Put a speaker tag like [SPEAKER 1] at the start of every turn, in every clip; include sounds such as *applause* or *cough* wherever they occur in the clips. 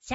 [SPEAKER 1] シ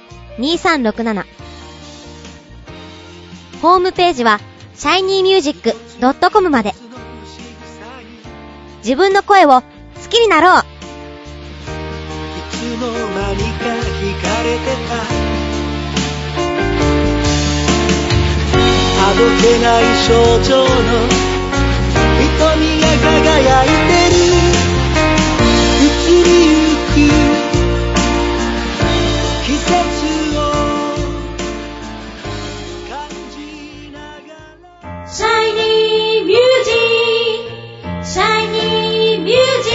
[SPEAKER 2] ホームページは shinymusic.com まで。自分の声を好きになろう
[SPEAKER 3] つの間にか惹かれてたあどけない象徴の瞳が輝いてる移りゆく季節を感じながら
[SPEAKER 1] Shiny Music! Shiny Music!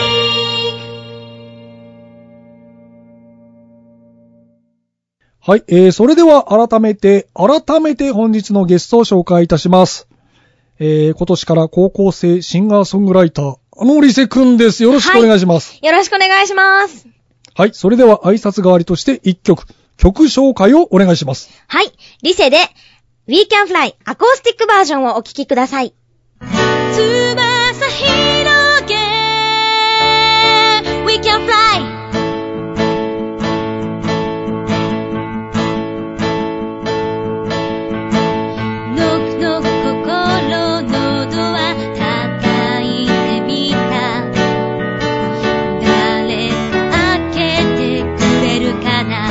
[SPEAKER 4] はい、えー、それでは改めて、改めて本日のゲストを紹介いたします。えー、今年から高校生シンガーソングライター、あのリセくんです。よろしくお願いします。
[SPEAKER 2] よろしくお願いします。
[SPEAKER 4] はい、それでは挨拶代わりとして一曲、曲紹介をお願いします。
[SPEAKER 2] はい。リセで We Can Fly アコースティックバージョンをお聴きください。
[SPEAKER 1] 翼広げ We can fly ノクノク心のドア叩いてみた誰か開けてくれるかな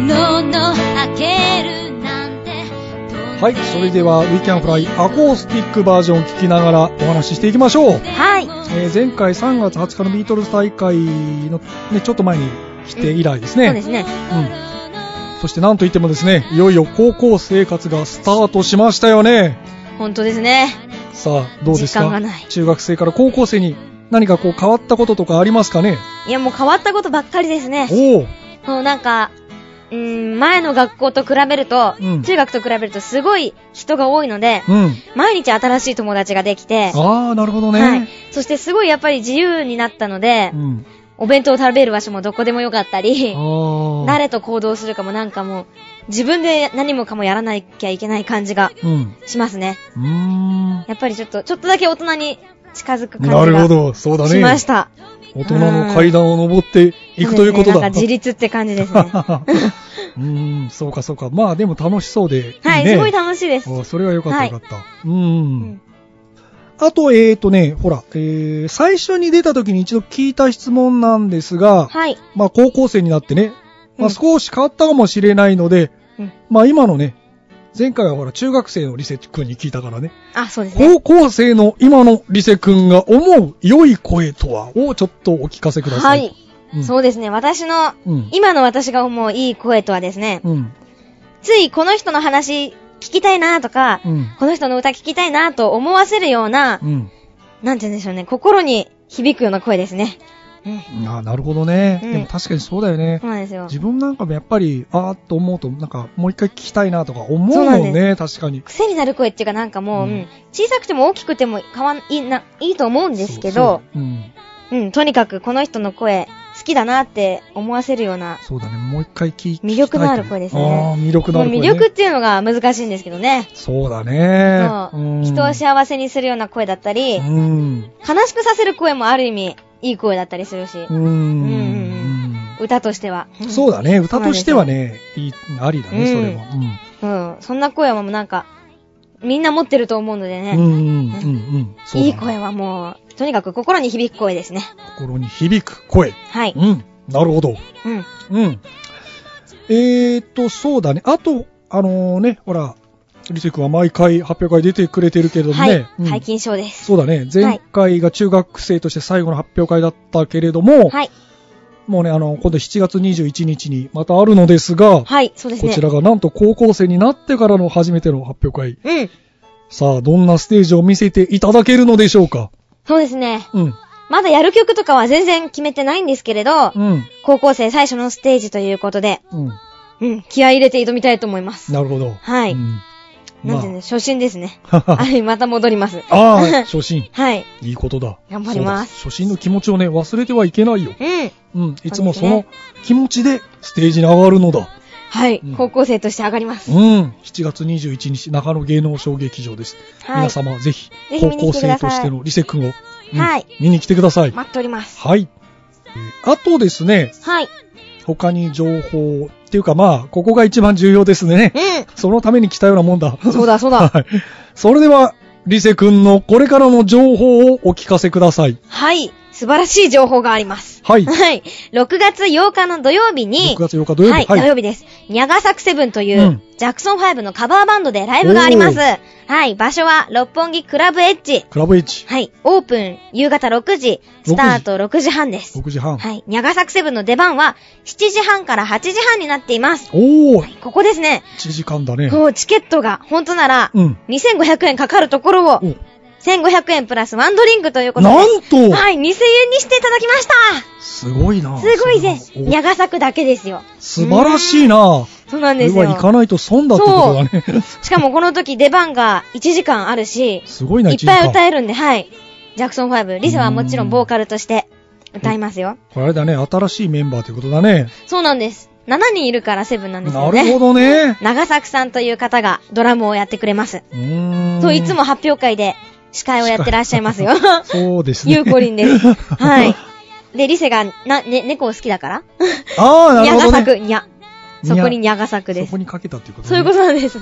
[SPEAKER 1] のの開けるなんて
[SPEAKER 4] はい、それでは We Can Fly アコースティックバージョンを聞きながらお話ししていきましょう。
[SPEAKER 2] はい
[SPEAKER 4] えー前回3月20日のビートルズ大会の、ね、ちょっと前に来て以来ですね。
[SPEAKER 2] そうですね。
[SPEAKER 4] うん。そしてなんといってもですね、いよいよ高校生活がスタートしましたよね。
[SPEAKER 2] 本当ですね。
[SPEAKER 4] さあ、どうですか
[SPEAKER 2] 時間がない
[SPEAKER 4] 中学生から高校生に何かこう変わったこととかありますかね
[SPEAKER 2] いやもう変わったことばっかりですね。
[SPEAKER 4] おお
[SPEAKER 2] もうなんか、うーん、前の学校と比べると、
[SPEAKER 4] うん
[SPEAKER 2] 中学と比べるとすごい人が多いので、
[SPEAKER 4] うん。
[SPEAKER 2] 毎日新しい友達ができて、
[SPEAKER 4] ああ、なるほどね。
[SPEAKER 2] はい。そしてすごいやっぱり自由になったので、
[SPEAKER 4] うん。
[SPEAKER 2] お弁当を食べる場所もどこでもよかったり、
[SPEAKER 4] ああ。
[SPEAKER 2] 誰と行動するかもなんかもう、自分で何もかもやらなきゃいけない感じが
[SPEAKER 4] うん。
[SPEAKER 2] しますね。
[SPEAKER 4] うーん。
[SPEAKER 2] やっぱりちょっと、ちょっとだけ大人に近づく
[SPEAKER 4] な
[SPEAKER 2] 感
[SPEAKER 4] るほ
[SPEAKER 2] じ
[SPEAKER 4] ど、そうだ
[SPEAKER 2] が
[SPEAKER 4] ね。
[SPEAKER 2] しました。
[SPEAKER 4] 大人の階段を登っていくというこ
[SPEAKER 2] そで
[SPEAKER 4] とだ。
[SPEAKER 2] すねなんか自立って感じです
[SPEAKER 4] *laughs*
[SPEAKER 2] ね。
[SPEAKER 4] うーん、そうかそうか。まあでも楽しそうでいい、ね。
[SPEAKER 2] はい、すごい楽しいです。
[SPEAKER 4] あそれはよかった
[SPEAKER 2] はい
[SPEAKER 4] よかった。う
[SPEAKER 2] うんん。
[SPEAKER 4] あと、えーとね、ほら、えー、最初に出た時に一度聞いた質問なんですが、
[SPEAKER 2] はい。
[SPEAKER 4] まあ高校生になってね、ま
[SPEAKER 2] う
[SPEAKER 4] あ
[SPEAKER 2] ん
[SPEAKER 4] 少し変わったかもしれないので、
[SPEAKER 2] うん
[SPEAKER 4] まあ今のね、前回はほら中学生のリセ君に聞いたからね、
[SPEAKER 2] あ、そうですね。
[SPEAKER 4] 高校生の今のリセ君が思う良い声とはをちょっとお聞かせくだ
[SPEAKER 2] は
[SPEAKER 4] さい。
[SPEAKER 2] い。
[SPEAKER 4] うん
[SPEAKER 2] そうですね。私の、
[SPEAKER 4] うん。
[SPEAKER 2] 今の私が思ういい声とはですね、
[SPEAKER 4] うん。
[SPEAKER 2] ついこの人の話聞きたいなとか、
[SPEAKER 4] うん。
[SPEAKER 2] この人の歌聞きたいなと思わせるような、
[SPEAKER 4] うん。
[SPEAKER 2] なんて言うんでしょうね、心に響くような声ですね。うん。
[SPEAKER 4] ああ、なるほどね、
[SPEAKER 2] うん
[SPEAKER 4] でも確かにそうだよね
[SPEAKER 2] そ。うなんですよ
[SPEAKER 4] 自。分なんかもやっぱり、あーっと思うと、なんかもう一回聞きたいなとか思
[SPEAKER 2] そううな
[SPEAKER 4] もん
[SPEAKER 2] ん
[SPEAKER 4] ね、確かに。
[SPEAKER 2] 癖になる声っていうかなんかもう、
[SPEAKER 4] うん
[SPEAKER 2] うん小さくても大きくても変わん、いいな、いいと思うんですけど、
[SPEAKER 4] そうそううん。
[SPEAKER 2] うん、とにかくこの人の声好きだなって思わせるような、
[SPEAKER 4] そうだね、もう一回聞き
[SPEAKER 2] 魅力のある声ですね
[SPEAKER 4] ああ、魅力の
[SPEAKER 2] も
[SPEAKER 4] あ
[SPEAKER 2] う
[SPEAKER 4] る声、
[SPEAKER 2] 魅
[SPEAKER 4] ね。
[SPEAKER 2] 力っていうのが難しいんですけどね。
[SPEAKER 4] そうだね。
[SPEAKER 2] そう
[SPEAKER 4] うん
[SPEAKER 2] 人を幸せにするような声だったり、
[SPEAKER 4] うん。
[SPEAKER 2] 悲しくさせる声もある意味、いい声だったりするし、
[SPEAKER 4] うん。うん
[SPEAKER 2] 歌としては。
[SPEAKER 4] そう
[SPEAKER 2] だ。
[SPEAKER 4] だね、歌としてはね、いい、ありだね、それは。うん。
[SPEAKER 2] うん、そんな声はもうなんか、みんな持ってると思うので
[SPEAKER 4] うん
[SPEAKER 2] ね、
[SPEAKER 4] うんうんうん。そうだね
[SPEAKER 2] いい声はもう、とにかく心に響く声ですね。
[SPEAKER 4] 心に響く声。
[SPEAKER 2] はい。
[SPEAKER 4] うん。なるほど。
[SPEAKER 2] うん。
[SPEAKER 4] うん。えーと、そうだね。あと、あのね、ほら、リセ君は毎回発表会出てくれてるけれども
[SPEAKER 2] はい
[SPEAKER 4] ね。うん。
[SPEAKER 2] 解禁賞です。
[SPEAKER 4] そうだね。前回が中学生として最後の発表会だったけれども、
[SPEAKER 2] はい。
[SPEAKER 4] もうね、あの、今度7月21日にまたあるのですが、
[SPEAKER 2] はい、そうです
[SPEAKER 4] こ
[SPEAKER 2] ね。
[SPEAKER 4] ちらがなんと高校生になってからの初めての発表会。
[SPEAKER 2] うん。
[SPEAKER 4] さあ、どんなステージを見せていただけるのでしょうか
[SPEAKER 2] そうですね。
[SPEAKER 4] うん。
[SPEAKER 2] まだやる曲とかは全然決めてないんですけれど、
[SPEAKER 4] うん。
[SPEAKER 2] 高校生最初のステージということで、
[SPEAKER 4] うん。
[SPEAKER 2] うん、気合い入れて挑みたいと思います。
[SPEAKER 4] なるほど。
[SPEAKER 2] はい
[SPEAKER 4] うん
[SPEAKER 2] なん
[SPEAKER 4] ま
[SPEAKER 2] ていうの、初心ですね。
[SPEAKER 4] あ、
[SPEAKER 2] あまた戻ります。
[SPEAKER 4] あ *laughs* あ、初心。
[SPEAKER 2] はい。
[SPEAKER 4] いいことだ。
[SPEAKER 2] 頑張ります
[SPEAKER 4] そうだ初心の気持ちをね、忘れてはいけないよ。
[SPEAKER 2] うん。
[SPEAKER 4] うん。いつもそ
[SPEAKER 2] そう
[SPEAKER 4] の
[SPEAKER 2] で
[SPEAKER 4] 気持ちでステージに上がるのだ。
[SPEAKER 2] はい、
[SPEAKER 4] うん
[SPEAKER 2] 高校生として上がります。
[SPEAKER 4] うん。7月21日、中野芸能小劇場です。
[SPEAKER 2] はい
[SPEAKER 4] 皆様、ぜひ、
[SPEAKER 2] ぜひ
[SPEAKER 4] 高
[SPEAKER 2] 見に
[SPEAKER 4] 校
[SPEAKER 2] 来てくださ
[SPEAKER 4] 生
[SPEAKER 2] い
[SPEAKER 4] としてのリセ君を、うん
[SPEAKER 2] はい
[SPEAKER 4] 見に来てください。
[SPEAKER 2] 待っております。
[SPEAKER 4] はい。えーあとですね、
[SPEAKER 2] はい。
[SPEAKER 4] 他に情報、っていうかまあ、ここが一番重要ですね。
[SPEAKER 2] う
[SPEAKER 4] そのために来たようなもんだ。
[SPEAKER 2] ん。そうだ、そうだ。
[SPEAKER 4] *laughs* はい。それでは、リセ君のこれからの情報をお聞かせください。
[SPEAKER 2] はい。素晴らしい情報があります。
[SPEAKER 4] はい。6
[SPEAKER 2] *laughs* はい。6月8日の土曜日に、
[SPEAKER 4] 月8日土曜日。
[SPEAKER 2] はい、土曜日です。ニャガサクセブンという、
[SPEAKER 4] うん
[SPEAKER 2] ジャクソン5のカバーバンドでライブがあります。はい、場所は六本木クラブエッジ。
[SPEAKER 4] クラブ H。
[SPEAKER 2] はい、オープン夕方6時、スタート6時半です。
[SPEAKER 4] 6時半。
[SPEAKER 2] はい、ニャガサクセブンの出番は7時半から8時半になっています。
[SPEAKER 4] おー、
[SPEAKER 2] ここですね。
[SPEAKER 4] 1時間だね。
[SPEAKER 2] こう、チケットが本当なら、
[SPEAKER 4] うん。
[SPEAKER 2] 2500円かかるところを、
[SPEAKER 4] お
[SPEAKER 2] 1500円プラスワンドリンクということで。
[SPEAKER 4] なんと、
[SPEAKER 2] はい、2000円にしていただきました
[SPEAKER 4] すごいな。
[SPEAKER 2] すごいです。
[SPEAKER 4] お
[SPEAKER 2] ニャガサクだけですよ。
[SPEAKER 4] 素晴らしいな。
[SPEAKER 2] そうなん
[SPEAKER 4] こ
[SPEAKER 2] で
[SPEAKER 4] れ
[SPEAKER 2] すよ。
[SPEAKER 4] は行かないと損だってことだね。
[SPEAKER 2] しかもこの時出番が1時間あるし、
[SPEAKER 4] すごいな、
[SPEAKER 2] い
[SPEAKER 4] 1
[SPEAKER 2] っ
[SPEAKER 4] 時
[SPEAKER 2] ぱい
[SPEAKER 4] 間。
[SPEAKER 2] 歌えるんで、はい。ジャクソン5、リサはもちろんボーカルとして歌いますよ。
[SPEAKER 4] これあれだね、新しいメンバーということだね。
[SPEAKER 2] そうなんです。7人いるから7なんです
[SPEAKER 4] な
[SPEAKER 2] よ
[SPEAKER 4] るほ
[SPEAKER 2] ね。
[SPEAKER 4] どね。
[SPEAKER 2] 長作さんという方がドラムをやってくれます。
[SPEAKER 4] うーん。
[SPEAKER 2] そう、いつも。発表会で司会をやってらっしゃいますよ。
[SPEAKER 4] そうですね。
[SPEAKER 2] ゆうこりんです。
[SPEAKER 4] *laughs*
[SPEAKER 2] はい。で、リセが、な、ね、猫を好きだから
[SPEAKER 4] ああ、 *laughs* な
[SPEAKER 2] にゃ
[SPEAKER 4] る
[SPEAKER 2] が
[SPEAKER 4] ほど
[SPEAKER 2] さ
[SPEAKER 4] ね。
[SPEAKER 2] く、にゃ。そこににゃがさくで
[SPEAKER 4] そ
[SPEAKER 2] す
[SPEAKER 4] こ。にかけたっていうこと
[SPEAKER 2] そう
[SPEAKER 4] だ
[SPEAKER 2] いうこ
[SPEAKER 4] ね。
[SPEAKER 2] となんです。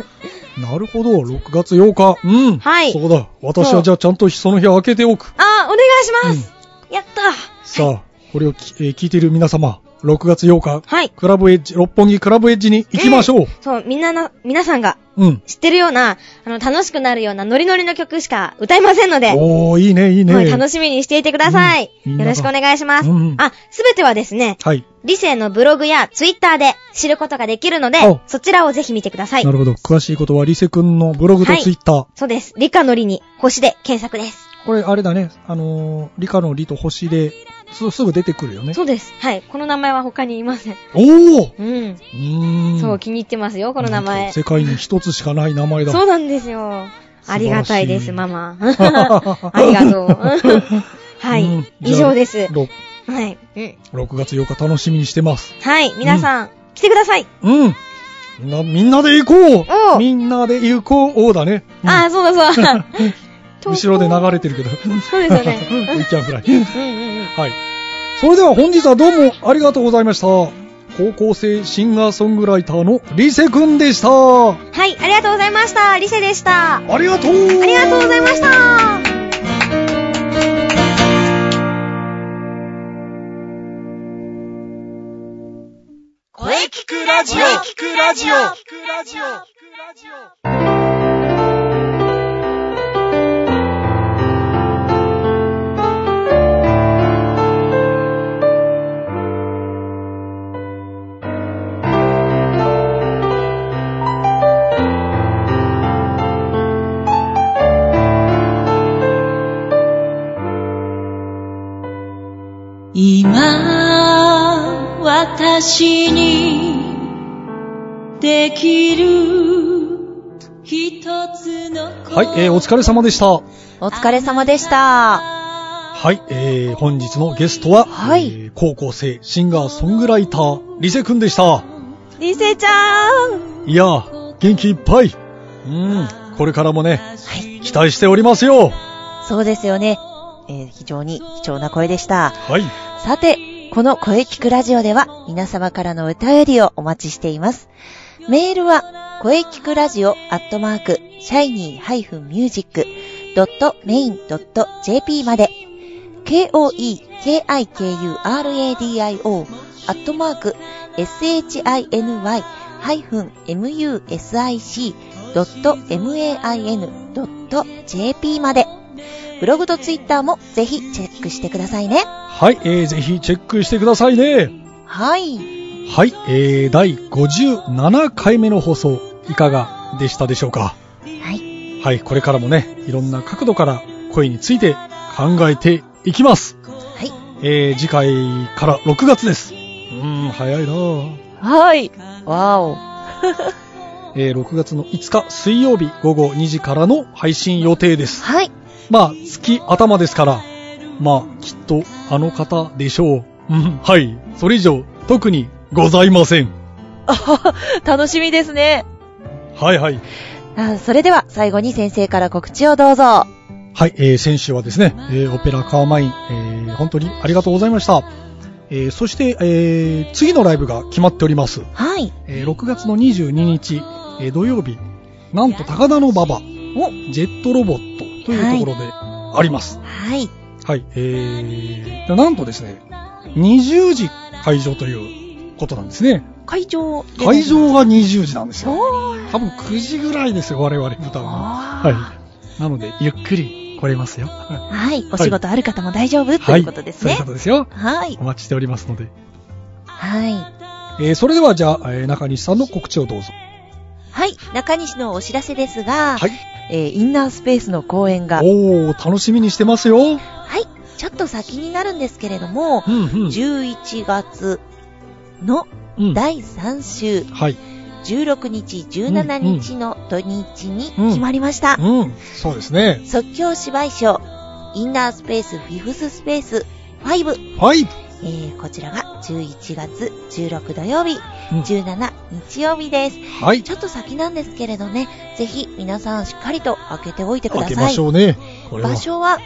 [SPEAKER 4] なるほど、6月8日。うん。
[SPEAKER 2] はい
[SPEAKER 4] そうだ。私はじゃあちゃんとその日は開けておく。
[SPEAKER 2] あー、お願いします。やった
[SPEAKER 4] さあ、これをきえー聞いている皆様、6月8日、
[SPEAKER 2] はい。
[SPEAKER 4] クラブエッジ、六本木クラブエッジに行きましょう。
[SPEAKER 2] そう、みんなの、皆さんが
[SPEAKER 4] うん。
[SPEAKER 2] 知ってるような、あの、楽しくなるようなノリノリの曲しか歌いませんので、
[SPEAKER 4] おー、いいね、いいね。
[SPEAKER 2] はい楽しみにしていてください。
[SPEAKER 4] うんみん
[SPEAKER 2] よ
[SPEAKER 4] なが
[SPEAKER 2] ろしくお願いします。
[SPEAKER 4] うん
[SPEAKER 2] あ、すべてはですね、
[SPEAKER 4] はい。
[SPEAKER 2] 理性のブログやツイッターで知ることができるので
[SPEAKER 4] お、
[SPEAKER 2] そちらをぜひ見てください
[SPEAKER 4] な。るほど。詳しいことは、リセ君のブログと
[SPEAKER 2] はい
[SPEAKER 4] ツイッター。
[SPEAKER 2] そうです。理科の理に星で検索です。
[SPEAKER 4] これ、あれだね。あのー、理科の理と星で、すすぐ出てくるよね。
[SPEAKER 2] そうです。はい。この名前は他にいません。
[SPEAKER 4] おー
[SPEAKER 2] うん。
[SPEAKER 4] うーん。
[SPEAKER 2] そう、気に入ってますよ、この名
[SPEAKER 4] なん
[SPEAKER 2] 前
[SPEAKER 4] か。世界に一つしかない名前だ。
[SPEAKER 2] そうなんですよ。
[SPEAKER 4] 素晴らしい
[SPEAKER 2] ありがたいです、マ
[SPEAKER 4] *laughs*
[SPEAKER 2] マ。 *laughs* ありがとう。はい。
[SPEAKER 4] うん
[SPEAKER 2] 以上です。
[SPEAKER 4] ろ
[SPEAKER 2] はい。うん。
[SPEAKER 4] 6月8日楽しみにしてます。
[SPEAKER 2] はい、皆さん、来てください。
[SPEAKER 4] うん。みんな、みんなで行こ
[SPEAKER 2] お
[SPEAKER 4] うみんなで行こうだね。うん
[SPEAKER 2] ああ、そうだそうだ。
[SPEAKER 4] *laughs* 後ろで流れてるけど。。
[SPEAKER 2] そうですよね
[SPEAKER 4] *laughs* ウィキャンフライ。
[SPEAKER 2] うんうんうん。
[SPEAKER 4] はい。それでは本日はどうもありがとうございました。高校生シンガーソングライターのリセくんでした。あ
[SPEAKER 2] はい、ありがとうございました。リセでした。あ
[SPEAKER 4] りがとう
[SPEAKER 2] りがとうございました。
[SPEAKER 3] 声聞くラジオ聞くラジオ聞くラジオ
[SPEAKER 1] 今私にできる一つのこと
[SPEAKER 4] はい、えーお疲れ様でした。
[SPEAKER 2] お疲れ様でした。
[SPEAKER 4] はい、えー本日のゲストは、
[SPEAKER 2] はい
[SPEAKER 4] えー高校生シンガーソングライター、リセくんでした。
[SPEAKER 2] リセちゃん。
[SPEAKER 4] いやー、元気いっぱい。うん、これからもね、期待しておりますよ。
[SPEAKER 5] そうですよね。えー非常に貴重な声でした。
[SPEAKER 4] はい。
[SPEAKER 5] さて、この声聞くラジオでは皆様からのお便りをお待ちしています。メールは、声聞くラジオアットマーク、シャイニー -music.main.jp まで、k-o-e-k-i-k-u-r-a-d-i-o アットマーク、shiny-music.main.jp まで、ブログとツイッターもぜひチェックしてくださいね。
[SPEAKER 4] はい、えーぜひチェックしてくださいね。
[SPEAKER 5] はい。
[SPEAKER 4] はい、えー、第57回目の放送、いかがでしたでしょうか
[SPEAKER 5] はい。
[SPEAKER 4] はい、これからもね、いろんな角度から声について考えていきます。
[SPEAKER 5] はい。
[SPEAKER 4] えー、次回から6月です。うーん、早いなぁ。
[SPEAKER 5] はい。わお。
[SPEAKER 4] えー、6月の5日水曜日午後2時からの配信予定です。
[SPEAKER 5] はい。
[SPEAKER 4] まあ、月頭ですから、まあ、きっとあの方でしょう。うん、はい。それ以上、特にございません。
[SPEAKER 5] あはは楽しみですね。
[SPEAKER 4] はいはい。
[SPEAKER 5] あそれでは最後に先生から告知をどうぞ。
[SPEAKER 4] はい、えー先週はですね、えーオペラカーマイン、えー本当にありがとうございました。えーそして、えー次のライブが決まっております。
[SPEAKER 5] はい。
[SPEAKER 4] えー6月の22日、えー土曜日、なんと高田の馬場をジェットロボットというところであります。
[SPEAKER 5] はい。
[SPEAKER 4] はい、えー、なんとですね、20時会場ということなんですね。
[SPEAKER 5] 会場。
[SPEAKER 4] 会場が20時なんですよ。
[SPEAKER 5] そう。
[SPEAKER 4] 多分9時ぐらいですよ、我々歌うのは。はい。なので、ゆっくり来れますよ。
[SPEAKER 5] い。はい。お仕事ある方も大丈夫、ということです
[SPEAKER 4] そうい
[SPEAKER 5] ね
[SPEAKER 4] うこ。とですよ。
[SPEAKER 5] はい。
[SPEAKER 4] お待ちしておりますので。
[SPEAKER 5] はい。
[SPEAKER 4] えーそれではじゃあ、えー中西さんの告知をどうぞ。
[SPEAKER 5] はい。中西のお知らせですが、
[SPEAKER 4] はい。
[SPEAKER 5] えーインナースペースの公演が、
[SPEAKER 4] おー、楽しみにしてますよ。うん
[SPEAKER 5] はい。ちょっと先になるんですけれども、
[SPEAKER 4] うん。
[SPEAKER 5] 11月の
[SPEAKER 4] うん
[SPEAKER 5] 第3週、
[SPEAKER 4] はい。
[SPEAKER 5] 16日、17日の土日に決まりました。
[SPEAKER 4] うん。そうですね。
[SPEAKER 5] 即興芝居賞、インナースペースフィフススペース5、
[SPEAKER 4] はい。
[SPEAKER 5] えー、こちらが11月16土曜日、
[SPEAKER 4] うん
[SPEAKER 5] 17日曜日です。
[SPEAKER 4] はい。
[SPEAKER 5] ちょっと先なんですけれどね、ぜひ皆さんしっかりと開けておいてく
[SPEAKER 4] 開
[SPEAKER 5] だ
[SPEAKER 4] けま
[SPEAKER 5] さ
[SPEAKER 4] し
[SPEAKER 5] い。
[SPEAKER 4] ょうね。これは。
[SPEAKER 5] 場所は、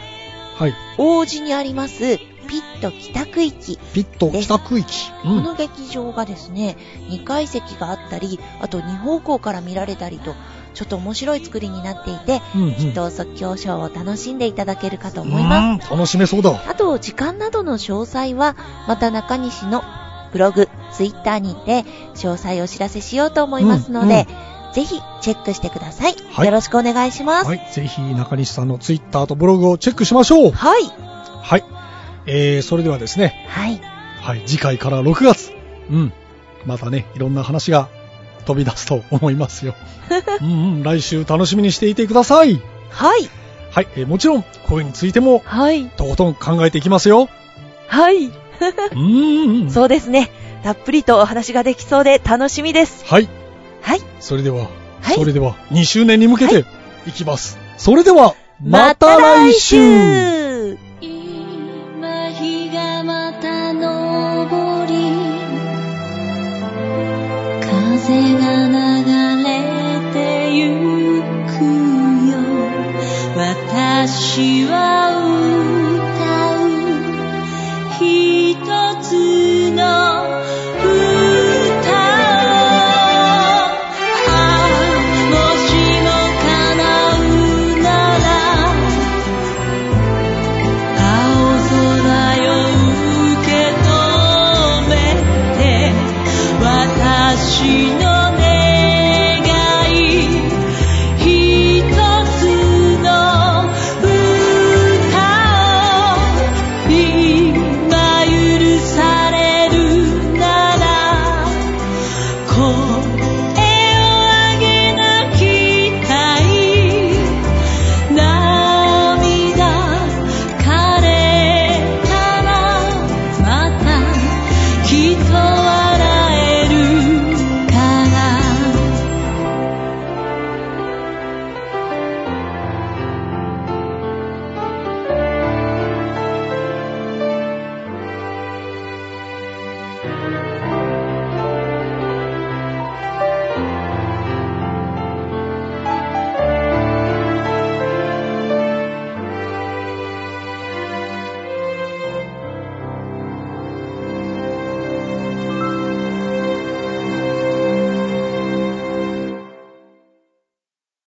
[SPEAKER 4] はい。
[SPEAKER 5] 王子にあります、ピット北区域。
[SPEAKER 4] ピット北区域。う
[SPEAKER 5] こ
[SPEAKER 4] ん。
[SPEAKER 5] の劇場がですね、2階席があったり、あと2方向から見られたりと、ちょっと面白い作りになっていて、
[SPEAKER 4] うんうん
[SPEAKER 5] きっと即興ショーを楽しんでいただけるかと
[SPEAKER 4] う
[SPEAKER 5] 思います。
[SPEAKER 4] ん楽しめそうだ。
[SPEAKER 5] あと、時間などの詳細は、また中西のブログ、ツイッターにて、詳細をお知らせしようと思いますので、ぜひチェックしてください。
[SPEAKER 4] はい
[SPEAKER 5] よろしくお願いします。
[SPEAKER 4] はい。ぜひ中西さんのツイッターとブログをチェックしましょう。
[SPEAKER 5] はい。
[SPEAKER 4] はい。えー、それではですね、
[SPEAKER 5] はい。
[SPEAKER 4] はい、次回から6月。うん。またね、いろんな話が飛び出すと思います *laughs* よ。うんうん、来週楽しみにしていてください。
[SPEAKER 5] はい。
[SPEAKER 4] はい、えーもちろん、声についても、
[SPEAKER 5] はい。
[SPEAKER 4] とことん考えていきますよ。
[SPEAKER 5] はい。
[SPEAKER 4] うん。
[SPEAKER 5] うですね。たっぷりとお話ができそうで楽しみです。
[SPEAKER 4] はい、
[SPEAKER 5] はい。
[SPEAKER 4] それでは、
[SPEAKER 5] はい
[SPEAKER 4] それでは、2周年に向けて、いきます。それでは、また来週
[SPEAKER 5] 来週
[SPEAKER 1] 今日がまた昇り風が流れてゆくよ私私は